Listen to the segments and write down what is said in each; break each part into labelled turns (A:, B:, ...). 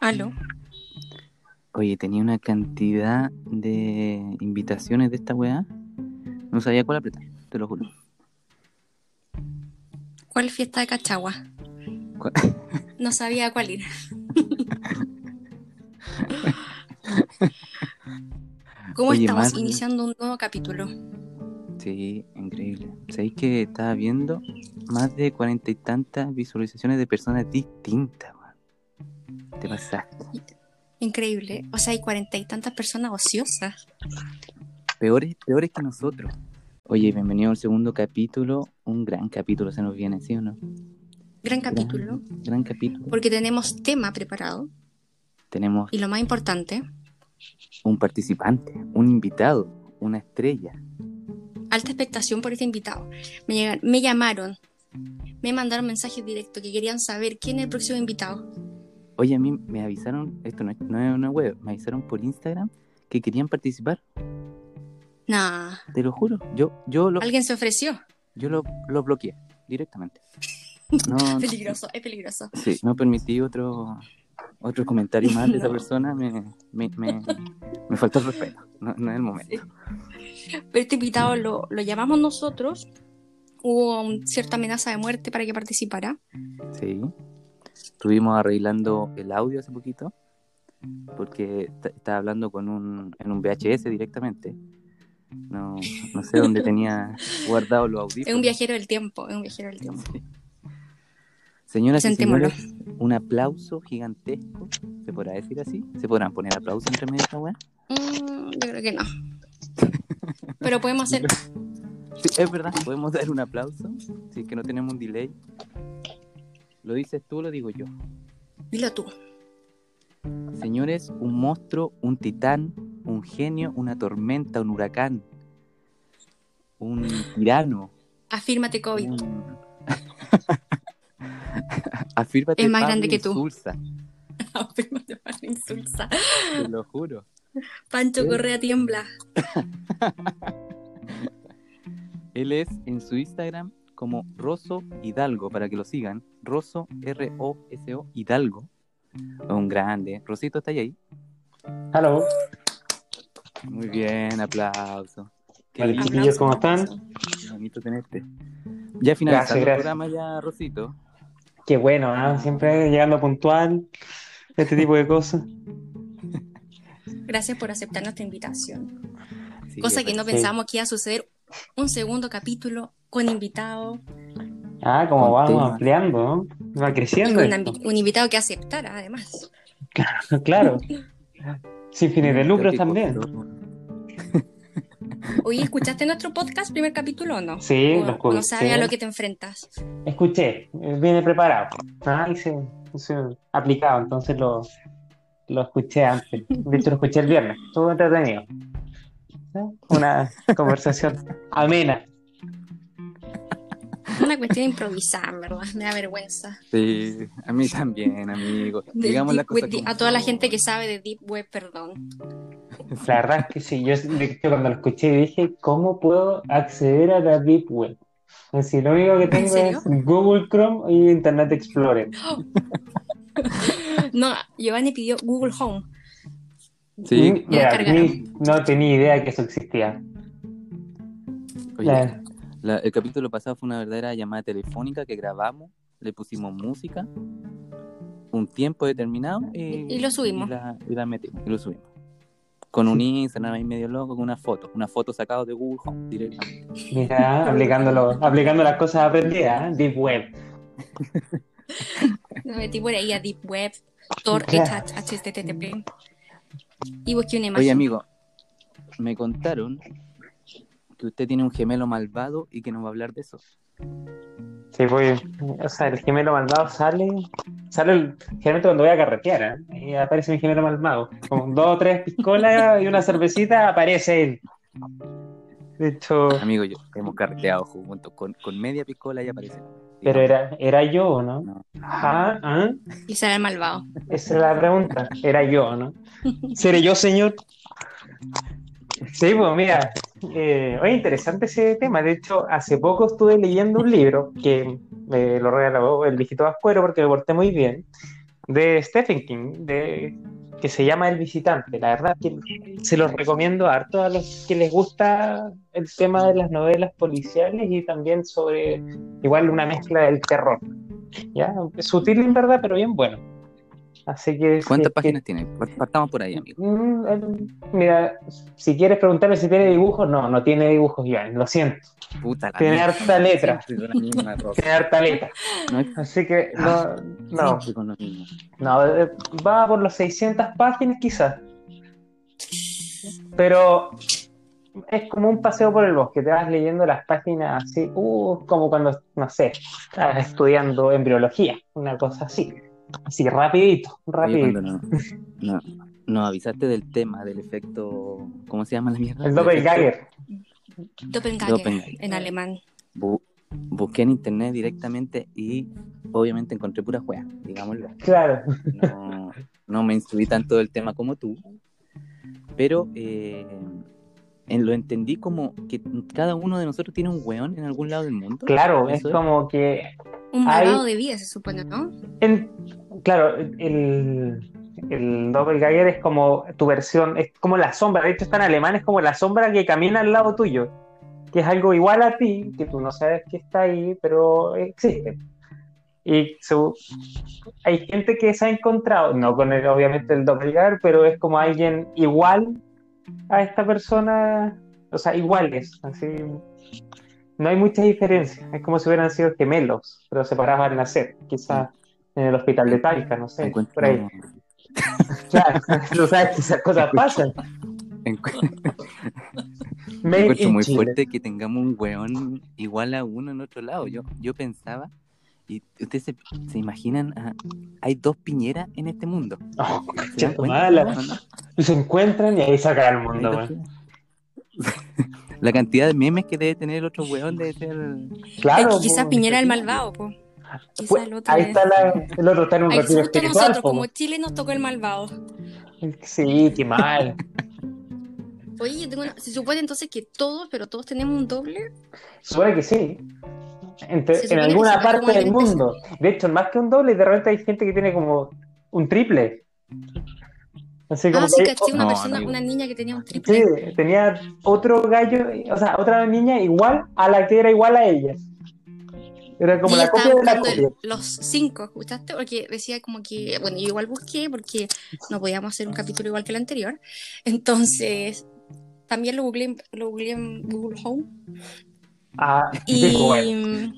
A: Aló.
B: Oye, tenía una cantidad de invitaciones de esta weá. No sabía cuál apretar, te lo juro.
A: ¿Cuál fiesta de Cachagua?
B: ¿Cuál?
A: No sabía cuál ir. ¿Cómo
B: Oye,
A: estamos
B: Marta.
A: iniciando un nuevo capítulo?
B: Sí, increíble. ¿Sabéis que estaba viendo más de cuarenta y tantas visualizaciones de personas distintas, weón? Te pasaste.
A: Increíble. O sea, hay cuarenta y tantas personas ociosas.
B: Peores, peores que nosotros. Oye, bienvenido al segundo capítulo. Un gran capítulo se nos viene, ¿sí o no?
A: Gran capítulo,
B: Gran capítulo.
A: porque tenemos tema preparado
B: Tenemos
A: y lo más importante,
B: un participante, un invitado, una estrella.
A: alta expectación por este invitado. Me, llegan- me llamaron, me mandaron mensajes directos que querían saber quién es el próximo invitado.
B: Oye, a mí me avisaron, esto no es, no es una web, me avisaron por Instagram que querían participar,
A: Nah,
B: te lo juro. Yo, yo, lo,
A: alguien se ofreció.
B: yo lo, lo bloqueé directamente. No,
A: Peligroso, es peligroso.
B: sí, no permití otro, otro comentario más de esa
A: No.
B: persona, me, me, me, me faltó el respeto, no, no es el momento.
A: Pero este invitado lo, lo llamamos nosotros. Hubo un- cierta amenaza de muerte para que participara.
B: Sí. Estuvimos arreglando el audio hace poquito, porque t- estaba hablando con un, en un VHS directamente. No, no sé dónde tenía guardado los audífonos.
A: Es un viajero del tiempo, es un viajero del tiempo.
B: Sí. Señoras y
A: Sentémoslo.
B: señores, un aplauso gigantesco. ¿Se podrá decir así? ¿Se podrán poner aplausos entre medio de esta weá?
A: Mm, yo creo que no. Pero podemos hacer
B: Sí, es verdad, podemos dar un aplauso. Si es que no tenemos un delay. Lo dices tú, lo digo yo.
A: Dilo tú.
B: Señores, un monstruo, un titán, un genio, una tormenta, un huracán, un tirano.
A: Afírmate,
C: Mm.
A: COVID.
B: un- Afírmate,
A: Es más
B: Pablo
A: grande que tú.
B: Insulza,
A: Afírmate para insulsa.
B: te lo juro.
A: Pancho Correa tiembla.
B: Él es en su Instagram como Rosso Hidalgo, para que lo sigan. Rosso, R-O-S-O, Hidalgo. Un grande. Rosito, ¿está ahí?
C: Hola,
B: Muy bien, aplauso. Qué
C: Vale.
B: lindo,
C: Chiquillos, ¿cómo están?
A: aplauso.
B: bonito tenerte. Ya finalizando el
C: gracias.
B: programa, ya, Rosito.
C: qué bueno, ¿ah? siempre llegando puntual, este tipo de cosas.
A: Gracias por aceptar nuestra invitación.
B: Sí,
A: Cosa que
B: aparte-
A: no pensamos que iba a suceder un segundo capítulo con invitado.
C: Ah, como
B: Con
C: vamos
B: tema.
C: ampliando, ¿no? Va
A: Y
C: creciendo
A: con
C: esto.
A: ambi- un invitado que aceptara, además.
C: Claro. Sin fines de lucro
B: Creo que
C: también.
B: costó-
A: Oye, ¿escuchaste nuestro podcast, primer capítulo o no?
C: Sí,
A: O-
C: lo escuché.
A: No sabes a lo que te enfrentas.
C: Escuché, eh, viene preparado. Ah, y se, se- aplicado, entonces lo, lo escuché antes. De hecho, lo escuché el viernes. Estuvo entretenido. ¿No? Una conversación amena.
A: Una cuestión improvisada, en ¿verdad? Me da vergüenza.
B: Sí, a mí también, amigo.
A: Del
B: Digamos la
A: deep web-
B: cosa como
A: a toda la
B: son.
A: gente que sabe de Deep Web, perdón.
C: La verdad es que sí, yo de hecho, cuando lo escuché dije, ¿cómo puedo acceder a la Deep Web? Es decir, lo único que tengo
A: serio?
C: es Google Chrome y Internet Explorer.
A: No, Giovanni pidió Google Home.
B: Sí,
C: Y, mira,
A: descargar.
C: Mm, ni- no tenía idea que eso existía.
B: oye,
C: La-
B: la- el capítulo pasado fue una verdadera llamada telefónica que grabamos, le pusimos música, un tiempo determinado y,
A: Y- y lo subimos.
B: Y la, y la metimos, y lo subimos. Con un Instagram ahí medio loco, con una foto, una foto sacada de Google Home directamente.
C: mira, aplicándolo, aplicando las cosas aprendidas, ¿eh? Deep Web.
A: Me metí por ahí a Deep Web, Tor,
C: Claro.
A: HTTP. Y busqué una imagen.
B: Oye, amigo, me contaron que usted tiene un gemelo malvado y que nos va a hablar de eso.
C: Sí, pues, o sea, el gemelo malvado sale, sale el- generalmente cuando voy a carretear, ¿eh? Y aparece mi gemelo malvado. Con dos o tres piscolas y una cervecita aparece él. De hecho...
B: Amigo, yo, hemos carreteado juntos con, con media piscola y aparece.
C: Pero era, era yo, ¿o ¿no?
B: No.
C: Ajá, ¿ah?
A: Y será el malvado.
C: Esa es la pregunta. Era yo, ¿o ¿no? ¿Seré yo, señor? Sí, pues mira, eh, oye, interesante ese tema. De hecho, hace poco estuve eh, leyendo un libro que me lo regaló el viejito Vascuero porque me porté muy bien. de Stephen King, de, que se llama El Visitante. La verdad que se los recomiendo harto a los que les gusta el tema de las novelas policiales y también sobre igual una mezcla del terror. ¿Ya? Sutil en verdad, pero bien bueno. Así que... si
B: ¿Cuántas
C: es que-
B: páginas tiene? Partamos por ahí, amigo.
C: Mm, el- Mira, si quieres preguntarme si tiene dibujos, no, no tiene dibujos, Iván, lo siento.
B: Puta la
C: Tiene
B: mierda.
C: harta letra.
B: Siempre con la misma ropa.
C: Tiene harta letra.
B: No hay-
C: Así que
B: Ah,
C: no, no,
B: siempre con lo mismo.
C: no, eh, va por los 600 páginas quizás. Pero es como un paseo por el bosque, te vas leyendo las páginas así, uh, como cuando, no sé, estabas estudiando embriología, una cosa así. Así, rapidito,
B: Oye,
C: rapidito.
B: cuando no, no- nos avisaste del tema, del efecto. ¿Cómo se llama la mierda?
C: El
B: Del efecto-
C: doppelganger.
A: Doppelganger,
B: Doppelganger.
A: en alemán.
B: Bu- busqué en internet directamente y obviamente encontré pura juega, digámoslo.
C: Claro.
B: No, no me instruí tanto del tema como tú, pero eh, en lo entendí como que cada uno de nosotros tiene un weón en algún lado del mundo.
C: Claro, es
B: Eso es.
C: como que
A: Un
C: Ahí-
A: malvado de vida, se supone, ¿no?
C: En- claro, el, el doppelganger es como tu versión, es como la sombra, de hecho está en alemán, es como la sombra que camina al lado tuyo, que es algo igual a ti, que tú no sabes que está ahí, pero existe. Y su- hay gente que se ha encontrado, no con el, obviamente el doppelganger, pero es como alguien igual a esta persona, o sea, iguales, así. No hay mucha diferencia, es como si hubieran sido gemelos, pero separados al nacer, quizás en el hospital de Talca, no sé,
B: Encuentro-
C: por ahí. Claro, tú sabes que esas cosas pasan.
B: encu-
C: Made
B: encuentro
C: in
B: muy
C: Chile.
B: fuerte que tengamos un weón igual a uno en otro lado. Yo, yo pensaba, y ustedes se, se imaginan, ah, hay dos piñeras en este mundo.
C: Oh,
B: ¿Se dan
C: Che, tu
B: cuenta?
C: mala.
B: No, no.
C: y se encuentran y ahí sacan al mundo, güey.
B: La cantidad de memes que debe tener el otro weón debe ser.
A: Es
C: Claro.
A: que quizás
C: po.
A: Piñera el malvado, po. Quizás
C: Pues,
A: el otro
C: ahí
A: es-
C: está la, el otro está en un
A: Ay,
C: retiro
A: justo nosotros,
C: espiritual. po.
A: como Chile, nos tocó el malvado.
C: Sí, qué mal.
A: Oye, yo tengo una- se supone entonces que todos, pero todos tenemos un doble.
C: Supone que sí. Ente-
A: Se
C: en
A: supone que
C: alguna
A: se paga
C: parte
A: como
C: del
A: 30
C: mundo. De hecho, más que un doble, de repente hay gente que tiene como un triple. Así como
A: Ah, sí,
C: que hay-
A: caché una
B: No,
A: persona,
B: no.
A: una niña que tenía un triple.
C: Sí, tenía otro gallo, o sea, otra niña igual a la que era igual a ella. Era como
A: Y
C: la
A: estaba
C: copia de la
A: buscando
C: copia.
A: los cinco, ¿escuchaste? Porque decía como que, bueno, yo igual busqué porque no podíamos hacer un capítulo igual que el anterior. Entonces, también lo googleé, en- lo googleé en Google Home.
C: Ah,
A: Y,
C: dijo, bueno,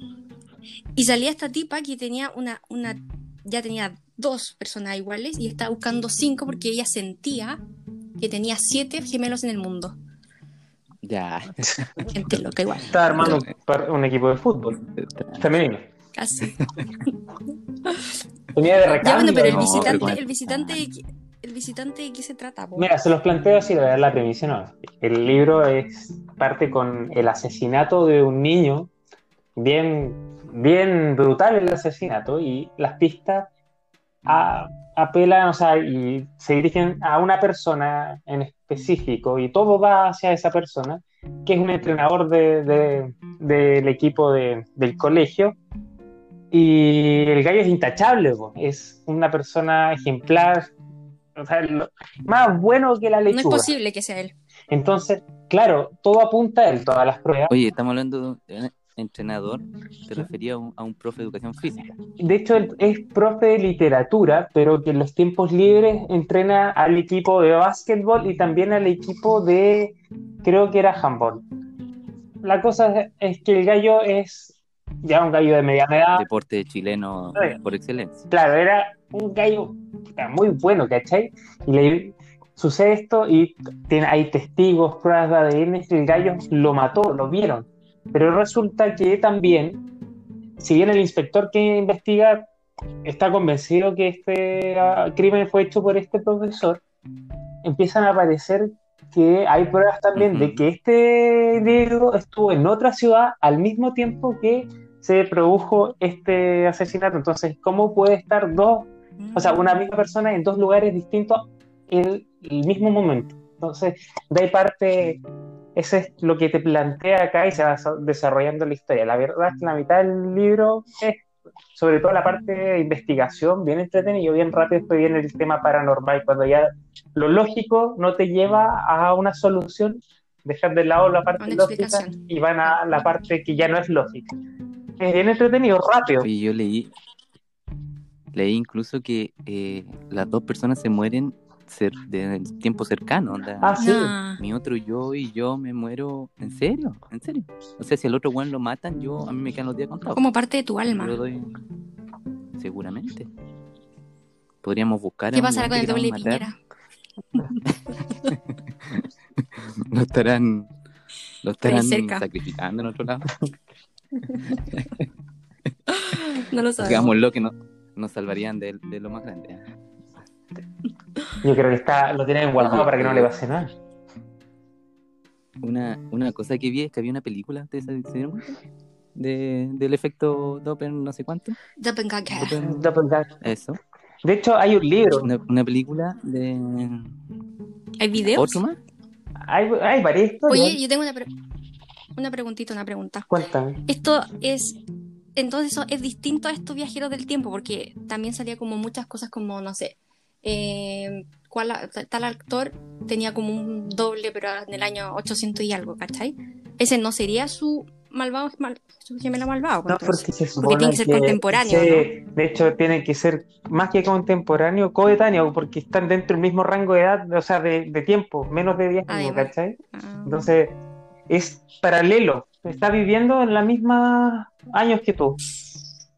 A: y salía esta tipa que tenía una, una, ya tenía dos personas iguales y estaba buscando cinco porque ella sentía que tenía siete gemelos en el mundo.
B: Ya.
A: Gente loca igual,
C: estaba armando un, par- un equipo de fútbol femenino.
A: casi.
C: Tenía de recambio.
A: Ya bueno, pero el
B: No, pero
C: ¿no?
A: visitante,
B: bueno.
A: el visitante, el visitante, ¿de qué se trata? po?
C: Mira, se los planteo así, la, la premisa no. El libro es parte con el asesinato de un niño, bien, bien brutal el asesinato, y las pistas a- apelan, o sea, y se dirigen a una persona en específico, y todo va hacia esa persona, que es un entrenador de- de- del equipo de- del colegio, y el gallo es intachable, po. es una persona ejemplar, o sea, lo- más bueno que la
A: No es
C: lechuga.
A: posible que sea él.
C: Entonces, claro, todo apunta a él, todas las pruebas.
B: Oye, estamos hablando de un entrenador. Te refería a un, a un profe de educación física.
C: De hecho, él es profe de literatura, pero que en los tiempos libres entrena al equipo de básquetbol y también al equipo de, creo que era handball. La cosa es- es que el gallo es ya un gallo de mediana edad,
B: Deporte chileno
C: Oye.
B: por excelencia.
C: Claro, era un gallo puta, muy bueno, ¿cachai? Y le sucede esto y tiene- hay testigos, pruebas de ADN, el gallo lo mató, lo vieron. Pero resulta que también, si bien el inspector que investiga está convencido que este ah, crimen fue hecho por este profesor, empiezan a aparecer que hay pruebas también de
B: Ujú.
C: que este individuo estuvo en otra ciudad al mismo tiempo que se produjo este asesinato. Entonces, ¿cómo puede estar dos, o sea, una misma persona en dos lugares distintos en el mismo momento? Entonces, de ahí parte, ese es lo que te plantea acá y se va so- desarrollando la historia. La verdad es que la mitad del libro es sobre todo la parte de investigación, bien entretenido, bien rápido, después viene el tema paranormal, cuando ya lo lógico no te lleva a una solución, dejan de lado la parte
A: Una
C: lógica
A: explicación.
C: y van a la parte que ya no es lógica. Es bien entretenido, rápido.
B: Oye, yo leí, leí incluso que eh, las dos personas se mueren cer- de en tiempo cercano. onda.
C: Ah, sí.
A: Nah.
B: Mi otro yo y yo me muero. ¿En serio? ¿En serio? O sea, si al otro weón lo matan, yo a mí me quedan los días contados.
A: Como parte de tu alma.
B: Yo doy- Seguramente. Podríamos buscar. a
A: ¿Qué
B: un
A: pasará
B: weón
A: con el doble
B: que
A: de
B: queramos matar.
A: Piñera?
B: Lo estarán, lo
A: ahí
B: estarán
A: cerca.
B: sacrificando en otro lado.
A: No lo sabemos.
B: Digámoslo que no, nos salvarían de, de lo más grande. ¿eh?
C: Yo creo que está, lo tienen guardado para que no le pase nada.
B: Una, una cosa que vi es que había una película, ¿ustedes se se dieron cuenta? De, del efecto Doppler no sé cuánto.
A: pues, Doppelganger.
B: Doppler- eso.
C: De hecho, hay un libro,
B: Una, una película de...
A: ¿Hay videos?
B: ¿Otro más?
C: hay, hay varias historias.
A: Oye, yo tengo una, pre- una preguntita, una pregunta.
C: Cuéntame.
A: Esto es. Entonces, eso es distinto a estos viajeros del tiempo, porque también salía como muchas cosas, como no sé. eh, cuál a- ta- tal actor tenía como un doble, pero en el año 800 y algo, ¿cachai? Ese no sería su malvado, mal- su gemelo malvado.
C: No,
A: entonces.
C: porque se
A: Porque tiene que ser
C: supone
A: contemporáneo,
C: sí, De hecho, tiene que ser más que contemporáneo, coetáneo, porque están dentro del mismo rango de edad, o sea, de, de tiempo, menos de 10 años,
A: Además.
C: ¿cachai?
A: Ah,
C: Entonces, es paralelo, está viviendo en los mismos años que tú.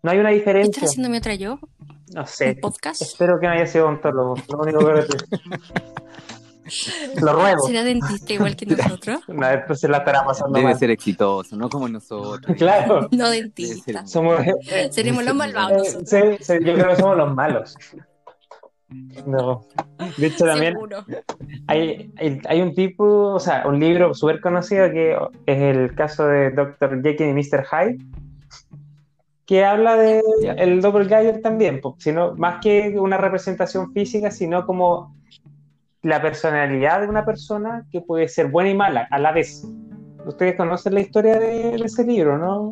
C: No hay una
A: ¿qué
C: diferencia.
A: ¿Estás haciéndome otra yo?
C: No
A: ¿Un
C: sé,
A: podcast?
C: espero que no haya sido ontólogo, lo único que lo Lo ruego.
A: ¿Será dentista igual que nosotros?
C: No, entonces pues, la estará pasando
B: Debe
C: mal.
B: ser exitoso, no como nosotros.
C: Claro,
A: No
B: Debe ser-
A: dentista.
C: somos,
A: Seremos los malvados
C: Eh,
A: nosotros.
C: sí, sí, yo creo que somos los malos. No. De hecho, también
A: Seguro.
C: hay, hay- hay un tipo, o sea, un libro súper conocido que es el caso de Dr. Jekyll y Mr. Hyde, que habla de
B: Ya.
C: el doppelganger también, po, sino, más que una representación física, sino como la personalidad de una persona que puede ser buena y mala a la vez. Ustedes conocen la historia de, de ese libro, ¿no?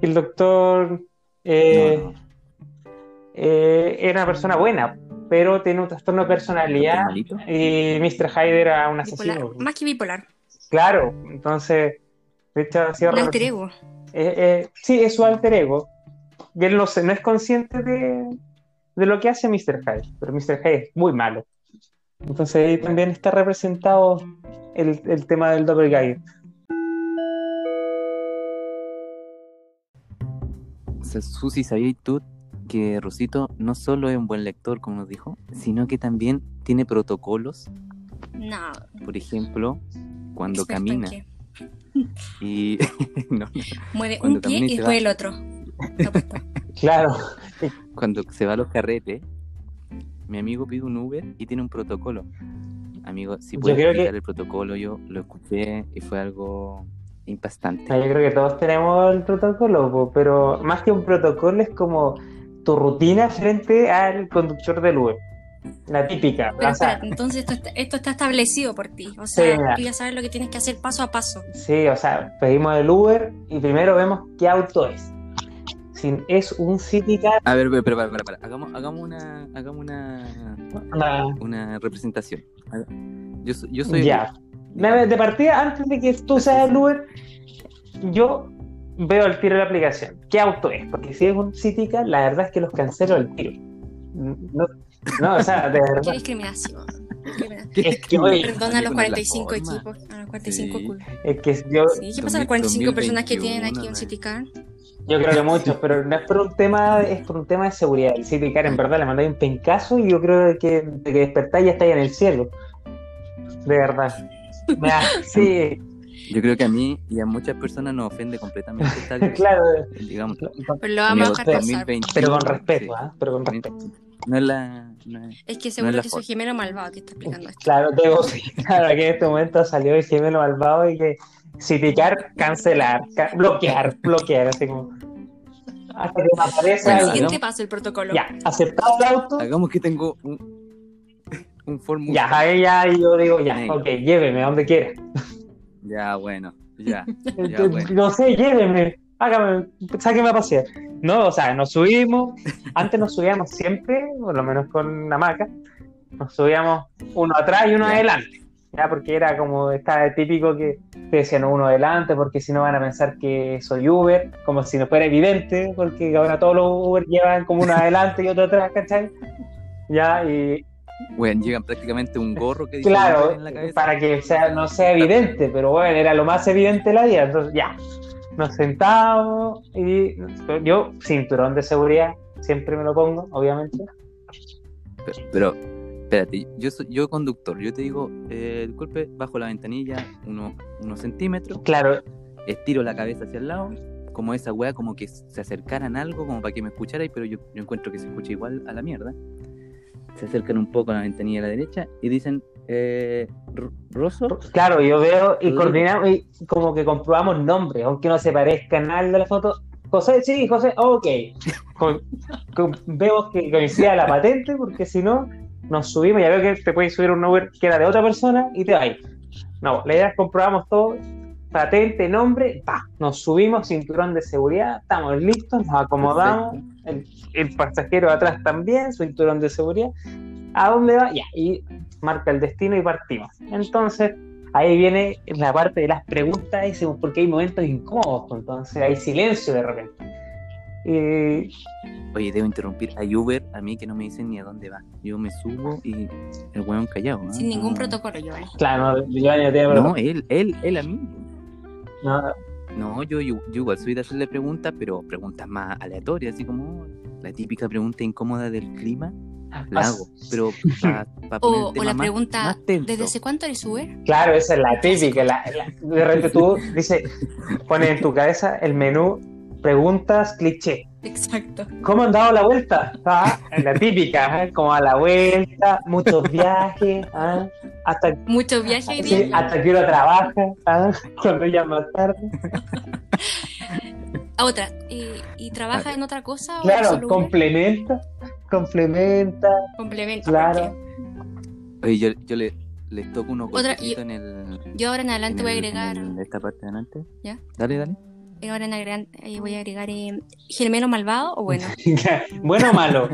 C: El doctor... eh,
B: No, no.
C: eh, era una persona buena, pero tiene un trastorno de personalidad
B: malito?
C: y Mr. Hyde era un
A: Bipolar.
C: asesino.
A: Más que bipolar.
C: Claro, entonces, de hecho, ha sido
A: Un alter
C: represent-
A: ego.
C: eh, eh, sí, es su alter ego. Y él no, se- no es consciente de, de lo que hace Mr. Hyde, pero Mr. Hyde es muy malo. Entonces, ahí también está representado el, el tema del doppelganger.
B: O sea, Susi, ¿sabías tú que Rosito no solo es un buen lector, como nos dijo, sino que también tiene protocolos?
A: No.
B: Por ejemplo, cuando
A: experto en
B: camina
A: qué.
B: y... no, no.
A: Mueve
B: Cuando
A: un pie
B: camina y
A: y
B: se
A: después
B: va.
A: el otro. Lo apuesto.
C: Claro,
B: cuando se va a los carretes, mi amigo pide un Uber y tiene un protocolo. Amigo, si
C: Yo
B: puedes
C: creo que-
B: explicar el protocolo, yo lo escuché y fue algo impactante.
C: yo creo que todos tenemos el protocolo, po, pero más que un protocolo es como tu rutina frente al conductor del Uber. La típica.
A: Pero
C: o sea,
A: espérate, entonces esto está, esto está establecido por ti. O
C: Sí,
A: sea,
C: mira.
A: tú ya sabes lo que tienes que hacer paso a paso.
C: Sí, o sea, pedimos el Uber y primero vemos qué auto es. Si es un City Car,
B: A ver, pero, pero, para, para, para. Hagamos, hagamos una, hagamos una,
C: una-
B: una representación. A ver, Yo, so- yo soy...
C: ya. De, de partida, antes de que tú seas el Uber, yo veo al tiro de la aplicación. ¿Qué auto es? Porque si es un City Car, la verdad es que los cancelo al tiro. No, no, o sea, de
A: Qué
C: verdad.
A: discriminación. Discrimina-
B: ¿Qué-
C: Es que, oye,
A: Perdona a los
B: Con
A: 45
B: la forma.
A: equipos. A los 45
B: Sí.
A: cul-
C: Es que yo,
A: Sí, ¿Qué pasa a las 45 personas que tienen aquí
B: 2021,
A: un City Car?
C: yo creo que muchos, pero no es por un tema, es por un tema de seguridad. El City Car, en verdad, le mandáis un pencazo y yo creo que de que despertáis ya estáis en el cielo. De verdad. Me da- sí,
B: Yo creo que a mí y a muchas personas nos ofende completamente estar...
C: Claro,
B: digamos,
A: Pero lo vamos a
B: amigos,
A: dejar pasar.
B: 2021,
C: pero con respeto,
B: sí.
C: ¿ah? Pero con respeto.
B: No es la... no es-
A: Es que
B: No es
A: seguro
B: la
A: que
B: foto.
A: soy gemelo malvado que está explicando esto.
C: Claro, tengo, claro, que en este momento salió el gemelo malvado y que criticar, cancelar, ca- bloquear, bloquear, así como. Hasta que
A: Bueno,
B: Bueno,
C: me aparece
B: hagamos-
C: alguien.
A: siguiente paso el protocolo.
C: Ya, aceptado el auto.
B: Hagamos que tengo un, un Ford
C: Ya,
B: Mustang.
C: ahí ya yo digo, ya,
B: Negro.
C: ok, lléveme a donde quiera.
B: Ya, bueno, ya. Ya,
C: Yo-
B: bueno.
C: No sé, lléveme. hágame, sáqueme a pasear. No, o sea, nos subimos, antes nos subíamos siempre, por lo menos con una hamaca, nos subíamos uno atrás y uno
B: Ya.
C: adelante, ya porque era como está típico que te decían uno adelante porque si no van a pensar que soy Uber, como si no fuera evidente, porque ahora todos los Uber llevan como uno adelante y otro atrás, ¿cachai? Ya, y,
B: Bueno, llegan prácticamente un gorro que dice
C: Claro,
B: en la cabeza.
C: para que sea, no sea evidente, pero bueno, era lo más evidente la día. Entonces, ya, nos sentamos y yo, cinturón de seguridad, siempre me lo pongo, obviamente.
B: Pero, pero, espérate, yo soy yo conductor, yo te digo, eh, disculpe, bajo la ventanilla uno- unos centímetros,
C: Claro,
B: estiro la cabeza hacia el lado, como esa wea, como que se acercaran algo, como para que me escucharais, pero yo, yo encuentro que se escucha igual a la mierda. Se acercan un poco a la ventanilla a la derecha y dicen, eh, Ro- Rosso,
C: claro, yo veo y
B: Sí.
C: coordinamos y como que comprobamos nombres, aunque no se parezca nada al de la foto. José, sí, José, ok. Con- con- vemos que coincida la patente, porque si no, nos subimos. Ya veo que te puedes subir un Uber que era de otra persona y te va ahí. No, la idea es comprobamos todo, patente, nombre, pa, nos subimos, cinturón de seguridad, estamos listos, nos acomodamos, el, el pasajero atrás también, cinturón de seguridad, ¿a dónde va? Ya, y marca el destino y partimos. Entonces, ahí viene la parte de las preguntas, y según- porque hay momentos incómodos, pues, entonces hay silencio de repente. Y
B: Oye, debo interrumpir. Hay Uber a mí que no me dicen ni a dónde va. Yo me subo y el weón callado. ¿no?
A: Sin ningún
B: No.
A: protocolo, yo, ¿eh?
C: claro, no, Giovanni no tiene
B: No,
C: problema.
B: él, él, él a mí.
C: No,
B: No, yo, yo, yo igual soy de hacerle preguntas, pero preguntas más aleatorias, así como "Oh, la típica pregunta incómoda del clima. La
C: Ah,
B: hago, pero para poner
A: O,
B: el
A: o
B: tema
A: la
B: más-
A: pregunta,
B: más tenso.
A: ¿desde hace cuánto eres Uber?
C: Claro, esa es la típica. la- la- de repente tú dices, pones en tu cabeza el menú preguntas cliché.
A: Exacto.
C: ¿Cómo han dado la vuelta? Ah, la típica, ¿eh? como a la vuelta, muchos viajes, ah, hasta,
A: Muchos viajes y
C: Ah, sí,
A: días.
C: hasta que uno trabaja, ah, cuando ya más tarde.
A: A otra. ¿Y, y trabajas en otra cosa? o
C: Claro,
A: solo Uber?
C: complementa, complementa,
A: complemento.
C: claro.
A: porque
B: Oye, yo, yo le, les toco unos
A: Otra,
B: golpecitos en el.
A: Yo ahora en adelante
B: en
A: voy a
B: el- en
A: agregar.
C: Mm.
B: el- esta parte de adelante.
A: Ya.
B: Dale, dale.
A: eh, Ahora en agregan- eh, voy a agregar. eh, ¿Gemelo malvado o bueno?
C: bueno o malo.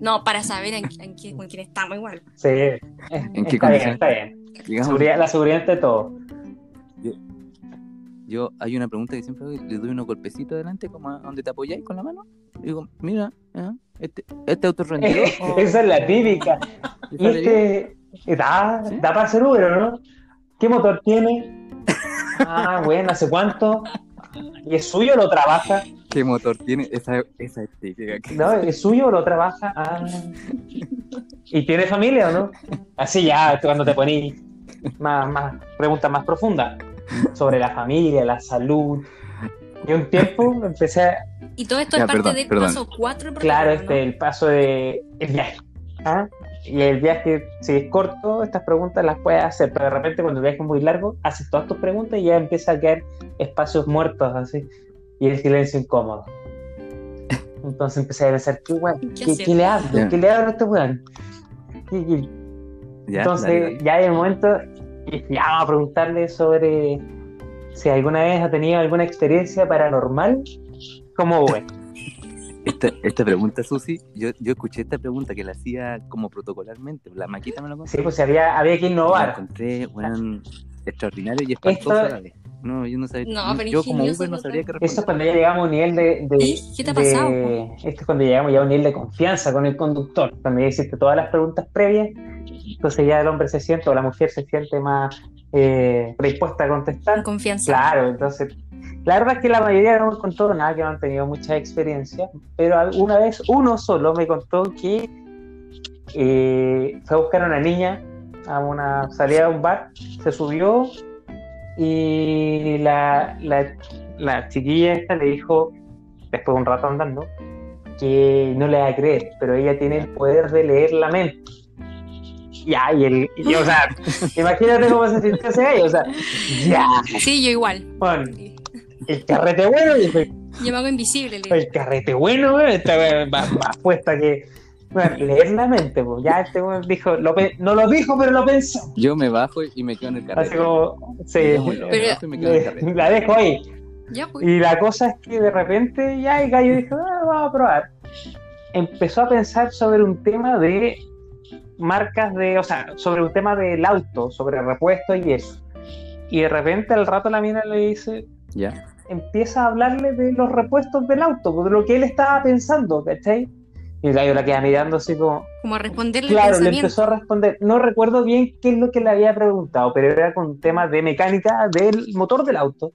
A: No, para saber en, en qué- con quién estamos igual.
C: Sí, eh,
B: ¿En qué
C: está bien,
B: condiciones?
C: está bien.
B: Digamos,
C: Seguridad- la seguridad ante todo.
B: Yo hay una pregunta que siempre hago, y le doy unos golpecitos adelante, como a donde te apoyáis con la mano. Digo, mira, ah, este, este auto es rendido. o-
C: Esa es la típica. Y
B: sale bien.
C: este da,
B: ¿Sí?
C: da para ser Uber, ¿o ¿no? ¿Qué motor tiene? Ah, bueno, ¿hace cuánto? ¿Y es suyo o lo trabaja?
B: ¿Qué motor tiene? Esa, esa es típica. que-
C: No, ¿es suyo o lo trabaja? Ah. ¿Y tiene familia o no? Así ya, cuando te poní más, más preguntas más profundas sobre la familia, la salud. Y un tiempo empecé a,
A: Y todo esto
B: Ya,
A: es parte
B: perdón,
A: del
B: perdón.
A: paso 4.
C: Claro, este, el paso de el viaje. ¿ah? Y el viaje, si es corto, estas preguntas las puedes hacer, pero de repente cuando el viaje es muy largo, haces todas tus preguntas y ya empieza a quedar espacios muertos así. Y el silencio incómodo. Entonces empecé a pensar, ¿qué, weón?
A: ¿Qué
C: ¿Qué,
A: hacer?
C: qué le hablo?
B: Ya.
C: ¿Qué le hablo a este weón? Y- y-
B: Ya,
C: Entonces
B: dale, dale.
C: ya hay el momento, y ya vamos a preguntarle sobre si alguna vez ha tenido alguna experiencia paranormal como Uber.
B: Esta, esta pregunta, Susi, yo, yo escuché esta pregunta que la hacía como protocolarmente. La maquita me lo contó.
C: Sí, pues si había, había que
B: Y la
C: innovar.
B: encontré, weón, extraordinario y espantoso a la vez. No, yo no sabía.
A: No, pero
B: yo como
A: ingenioso
B: Uber no
A: total.
B: sabría qué responder.
C: Eso es cuando ya llegamos a un nivel de. de-
A: ¿Eh? ¿Qué te ha
C: de-
A: pasado?
C: Esto es cuando llegamos ya a un nivel de confianza con el conductor. Cuando ya hiciste todas las preguntas previas, entonces ya el hombre se siente o la mujer se siente más eh, predispuesta a contestar.
A: Con confianza.
C: Claro, entonces. La verdad es que la mayoría no me contó nada, que no han tenido mucha experiencia, pero una vez uno solo me contó que eh, fue a buscar a una niña a una salida de un bar, se subió y la, la, la chiquilla esta le dijo, después de un rato andando, que no le va a creer, pero ella tiene el poder de leer la mente. Ya, y el, y, o sea, imagínate cómo se sintió ese gallo, o sea, ya,
A: Sí, yo igual.
C: bueno,
A: Sí.
C: el carrete bueno, dijo,
A: Yo me hago invisible. le digo.
C: el carrete bueno, weón, esta weón más, más puesta que. Bueno, leer la mente, pues. Ya este weón dijo, lo pe- no lo dijo, pero lo pensó.
B: Yo me bajo y me quedo en el
C: Así
B: carrete.
C: como, sí,
B: Yo me bajo y me quedo en el carrete.
C: la dejo ahí.
A: Ya, pues.
C: Y la cosa es que de repente ya el gallo dijo, "Ah, vamos a probar. Empezó a pensar sobre un tema de marcas de, o sea, sobre un tema del auto, sobre repuesto y eso. Y de repente al rato la mina le dice,
B: Ya.
C: empieza a hablarle de los repuestos del auto, de lo que él estaba pensando, ¿cachai? Y el gallo la queda mirando así como,
A: Como a responderle el
C: Claro, le
A: pensamiento.
C: empezó a responder. No recuerdo bien qué es lo que le había preguntado, pero era con temas de mecánica del motor del auto.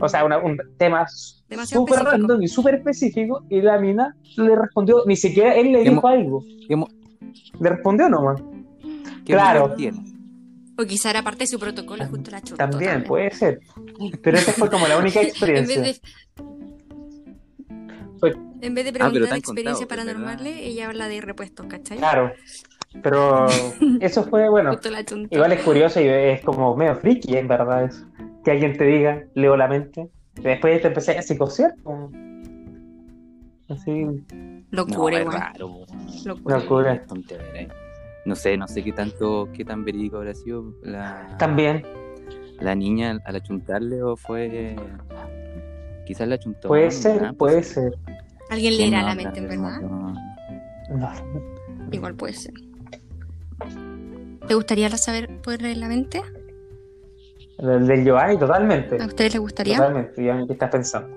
C: O sea, una- un tema
A: Demasiado
C: súper
A: específico.
C: random y súper específico. Y la mina le respondió, ni siquiera él le
B: Qué
C: dijo
B: mo-
C: algo.
B: ¿Qué, mo-
C: Le respondió nomás.
B: qué
C: Claro.
B: motor tiene?
A: O quizá era parte de su protocolo y justo la churró.
C: También puede ser. Pero esa fue como la única
A: En
C: experiencia.
A: vez de.
C: Fue-
A: En vez de
B: Ah, pero
A: preguntar
B: te han
A: experiencias
B: contado, es verdad.
A: paranormales, ella habla de repuestos, ¿cachai?
C: Claro. Pero eso fue, bueno,
A: Justo la chunta.
C: igual es curioso y es como medio friki, en verdad, eso. Que alguien te diga, leo la mente. Después te empecé a psicosear. como- Así,
B: No,
A: Locura,
B: es
A: igual.
B: raro. po.
A: Locura.
C: Locura.
B: Es tontera, eh. No sé, no sé qué tanto, qué tan verídico habrá sido la,
C: También
B: la niña al achuntarle o fue... Quizás la achuntó.
C: puede
B: ¿no?
C: ser,
B: Ah,
C: puede
B: pues,
C: ser.
A: Alguien le irá
B: no,
A: la
B: no,
A: mente, en
B: no,
A: verdad.
B: no.
C: No.
A: Igual puede ser. ¿Te gustaría saber poder leer la mente?
C: Del del Yoai, totalmente.
A: ¿A ustedes les gustaría?
C: Totalmente, ya qué estás pensando.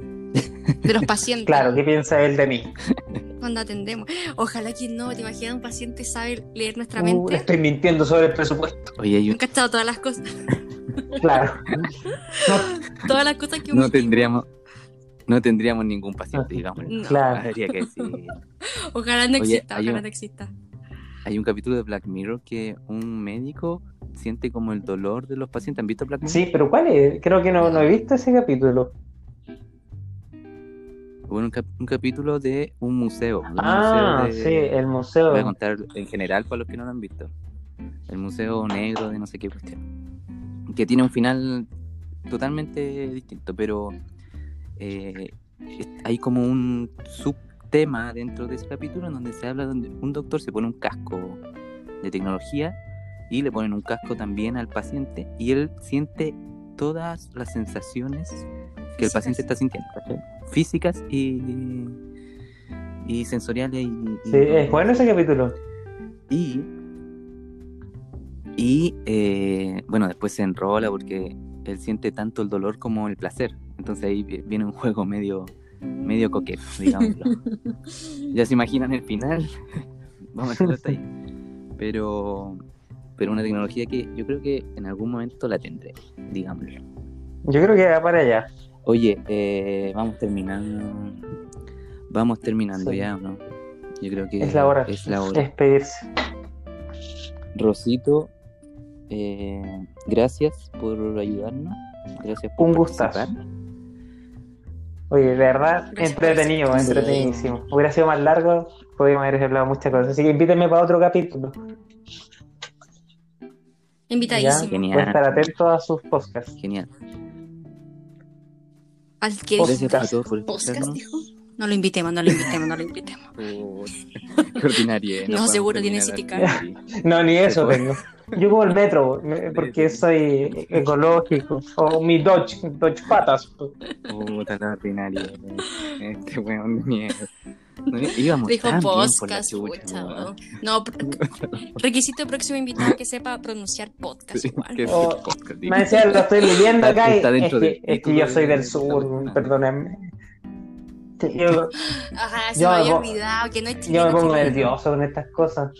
A: De los pacientes.
C: Claro, ¿qué piensa él de mí?
A: Cuando atendemos. Ojalá que no. ¿Te imaginas un paciente sabe leer nuestra
C: Uh,
A: mente?
C: estoy mintiendo sobre el presupuesto.
B: Oye, hay
A: Me
B: un-
A: han cachado todas las cosas.
C: Claro.
A: Todas las cosas que
B: no
A: omitimos.
B: tendríamos... No tendríamos ningún paciente, digamos.
A: No.
C: Claro.
B: Habría que decir.
A: Ojalá no
B: Oye,
A: exista.
B: hay
A: ojalá
B: un-
A: no exista.
B: Hay un capítulo de Black Mirror que un médico siente como el dolor de los pacientes. ¿Han visto Black Mirror?
C: Sí, pero ¿cuál es? Creo que no, no he visto ese capítulo.
B: Hubo un, cap- un capítulo de un museo. de un
C: Ah,
B: museo de-
C: sí, el
B: Voy a
C: museo.
B: contar en general para los que no lo han visto. El Museo Negro de no sé qué cuestión. Que tiene un final totalmente distinto, pero eh, es- hay como un subtema dentro de ese capítulo en donde se habla donde un doctor se pone un casco de tecnología y le ponen un casco también al paciente y él siente todas las sensaciones que el
A: Físicas.
B: paciente está sintiendo, ¿cachai? físicas y, y sensoriales. Y, y-
C: Sí, es bueno ese capítulo.
B: y, y eh, bueno, después se enrola porque él siente tanto el dolor como el placer. Entonces ahí vi- viene un juego medio, medio coqueto, digámoslo. ya se imaginan el final. Vamos a hacerlo hasta ahí. Pero, pero una tecnología que yo creo que en algún momento la tendré, digámoslo.
C: Yo creo que va para allá.
B: Oye, eh, vamos terminando. Vamos terminando
C: Sí.
B: ya, ¿o ¿no? Yo creo que
C: Es la hora.
B: Eh, Es la hora.
C: Despedirse.
B: Rosito, eh, gracias por ayudarnos. Gracias por
C: Un gustazo.
B: participar.
C: Oye, de verdad,
A: Gracias por
C: entretenido,
A: aceptar.
C: entretenidísimo. Hubiera sido más largo, podríamos haber hablado muchas cosas. Así que invítenme para otro capítulo.
A: Invitadísimo.
B: Genial.
C: Voy a estar atento a sus podcasts.
B: Genial.
A: Al que
C: Podcast.
B: Gracias a todos por
A: podcast
B: escucharnos.
A: dijo. No lo invitemos, no lo invitemos, no lo invitemos.
B: Por- Qué ordinaria.
A: No,
B: podemos
A: seguro tiene
B: terminar así.
C: No, ni eso
B: Por-
C: tengo. Yo como el metro, me- porque soy ecológico. O mi Dodge, Dodge Patas.
B: Puta la ordinaria. Este weón de mierda. No, íbamos
A: Dijo
B: tan bien por la
A: podcast,
B: chucha,
A: pucha,
B: weón.
A: no. No, pr- requisito próximo invitado que sepa pronunciar podcast igual.
B: Que es
C: Oh,
B: el podcast, digo.
C: Me decía, lo estoy leyendo acá. y-
B: Está dentro
C: es, que,
B: del
C: es que yo soy del
B: título de-
C: sur, perdónenme. Sí, Yo,
A: Ajá, se
C: Yo
A: me
C: me
A: había
C: pongo-
A: olvidado que no es chileno,
C: yo me pongo
A: chileno.
C: nervioso con estas cosas.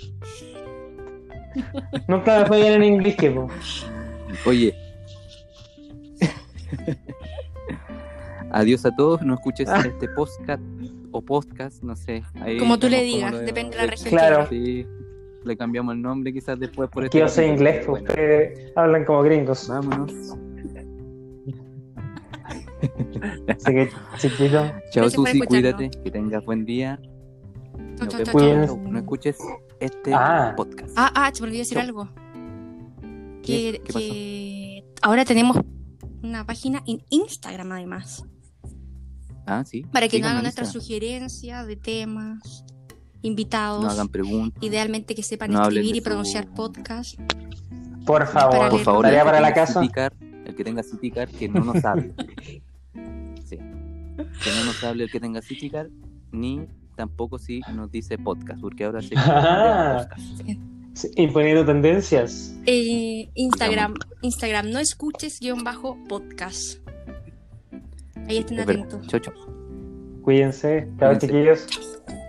C: Nunca me fue bien en inglés, pues. que po.
B: Oye. Adiós a todos. No escuches
C: Ah.
B: este podcast o podcast, no sé. Ahí
A: Como tú le
B: vemos cómo
A: digas,
B: lo-
A: depende de la región.
C: Claro.
B: Sí, le cambiamos el nombre quizás después por este
C: que yo soy
B: capítulo,
C: inglés,
B: pero
C: pues,
B: bueno,
C: ustedes hablan como gringos.
B: Vámonos.
C: Así que, chiquito,
B: Chao,
A: Gracias por
B: Susi,
A: escucharnos.
B: cuídate, que tengas buen día.
A: Chau,
B: Nos
A: chau,
B: vemos.
A: chau, chau.
C: Cuídense.
B: No escuches este
C: Ah.
B: podcast.
A: Ah, ah, se me olvidó decir algo.
B: ¿Qué-
A: Que,
B: qué pasó?
A: que ahora tenemos una página en Instagram además.
B: Ah, sí.
A: Para que nos
B: síganos en
A: hagan nuestras
B: Instagram.
A: sugerencias de temas, invitados,
B: No hagan preguntas.
A: idealmente que sepan
B: no hablen
A: escribir
B: de
A: y pronunciar
B: su-
A: podcast.
C: por
A: Para
C: favor.
B: Por
A: leer.
B: favor,
C: Tarea
B: el que
C: para la
B: tenga
C: casa.
B: City Card, el que tenga City Card, que no nos hable. que no nos hable el que tenga Citricar, ni tampoco si nos dice podcast, porque ahora sí.
C: Ah. Sí, Imponiendo tendencias.
A: Eh, Instagram, Instagram, no escuches guión bajo podcast. Ahí estén
B: Es verdad.
A: atentos.
B: Chocho.
C: Cuídense, chao
B: Cuídense.
C: chiquillos.
A: Chao.